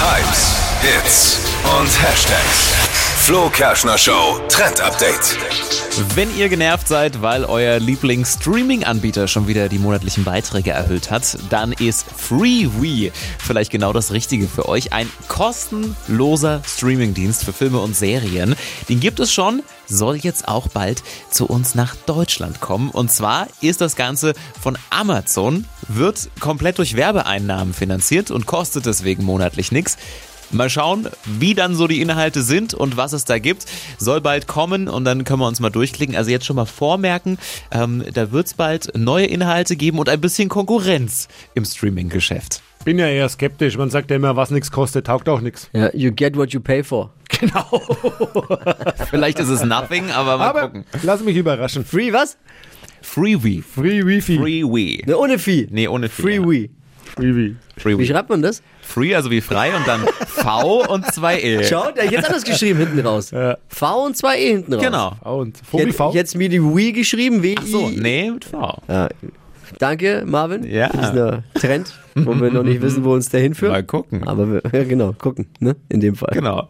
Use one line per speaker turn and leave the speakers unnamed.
Hypes, Hits und Hashtags. Flo Kerschner Show Trend Update.
Wenn ihr genervt seid, weil euer Lieblings-Streaming-Anbieter schon wieder die monatlichen Beiträge erhöht hat, dann ist FreeWee vielleicht genau das Richtige für euch. Ein kostenloser Streaming-Dienst für Filme und Serien. Den gibt es schon, soll jetzt auch bald zu uns nach Deutschland kommen. Und zwar ist das Ganze von Amazon, wird komplett durch Werbeeinnahmen finanziert und kostet deswegen monatlich nichts. Mal schauen, wie dann so die Inhalte sind und was es da gibt. Soll bald kommen und dann können wir uns mal durchklicken. Also jetzt schon mal vormerken, ähm, da wird es bald neue Inhalte geben und ein bisschen Konkurrenz im Streaming-Geschäft.
Bin ja eher skeptisch. Man sagt ja immer, was nichts kostet, taugt auch nichts.
Ja, you get what you pay for.
Genau.
Vielleicht ist es nothing, aber mal
Aber
gucken.
lass mich überraschen.
Free was?
Freebie.
Free Wifi.
Freewee.
Ne, ohne Vieh.
Nee, ohne Free.
Freewee.
Free Wi.
Wie
Freewee.
schreibt man das?
Free, also wie frei und dann V und zwei E.
Schau, der hat jetzt anders geschrieben hinten raus. V und zwei E hinten raus.
Genau.
Oh, und
Jetzt,
VBV.
jetzt mir die Wii geschrieben, W-I.
Ach so, nee, mit V.
Ja. Danke, Marvin.
Ja.
Das ist ein Trend, wo wir noch nicht wissen, wo uns der hinführt.
Mal gucken.
Aber wir, ja, genau, gucken, ne? In dem Fall.
Genau.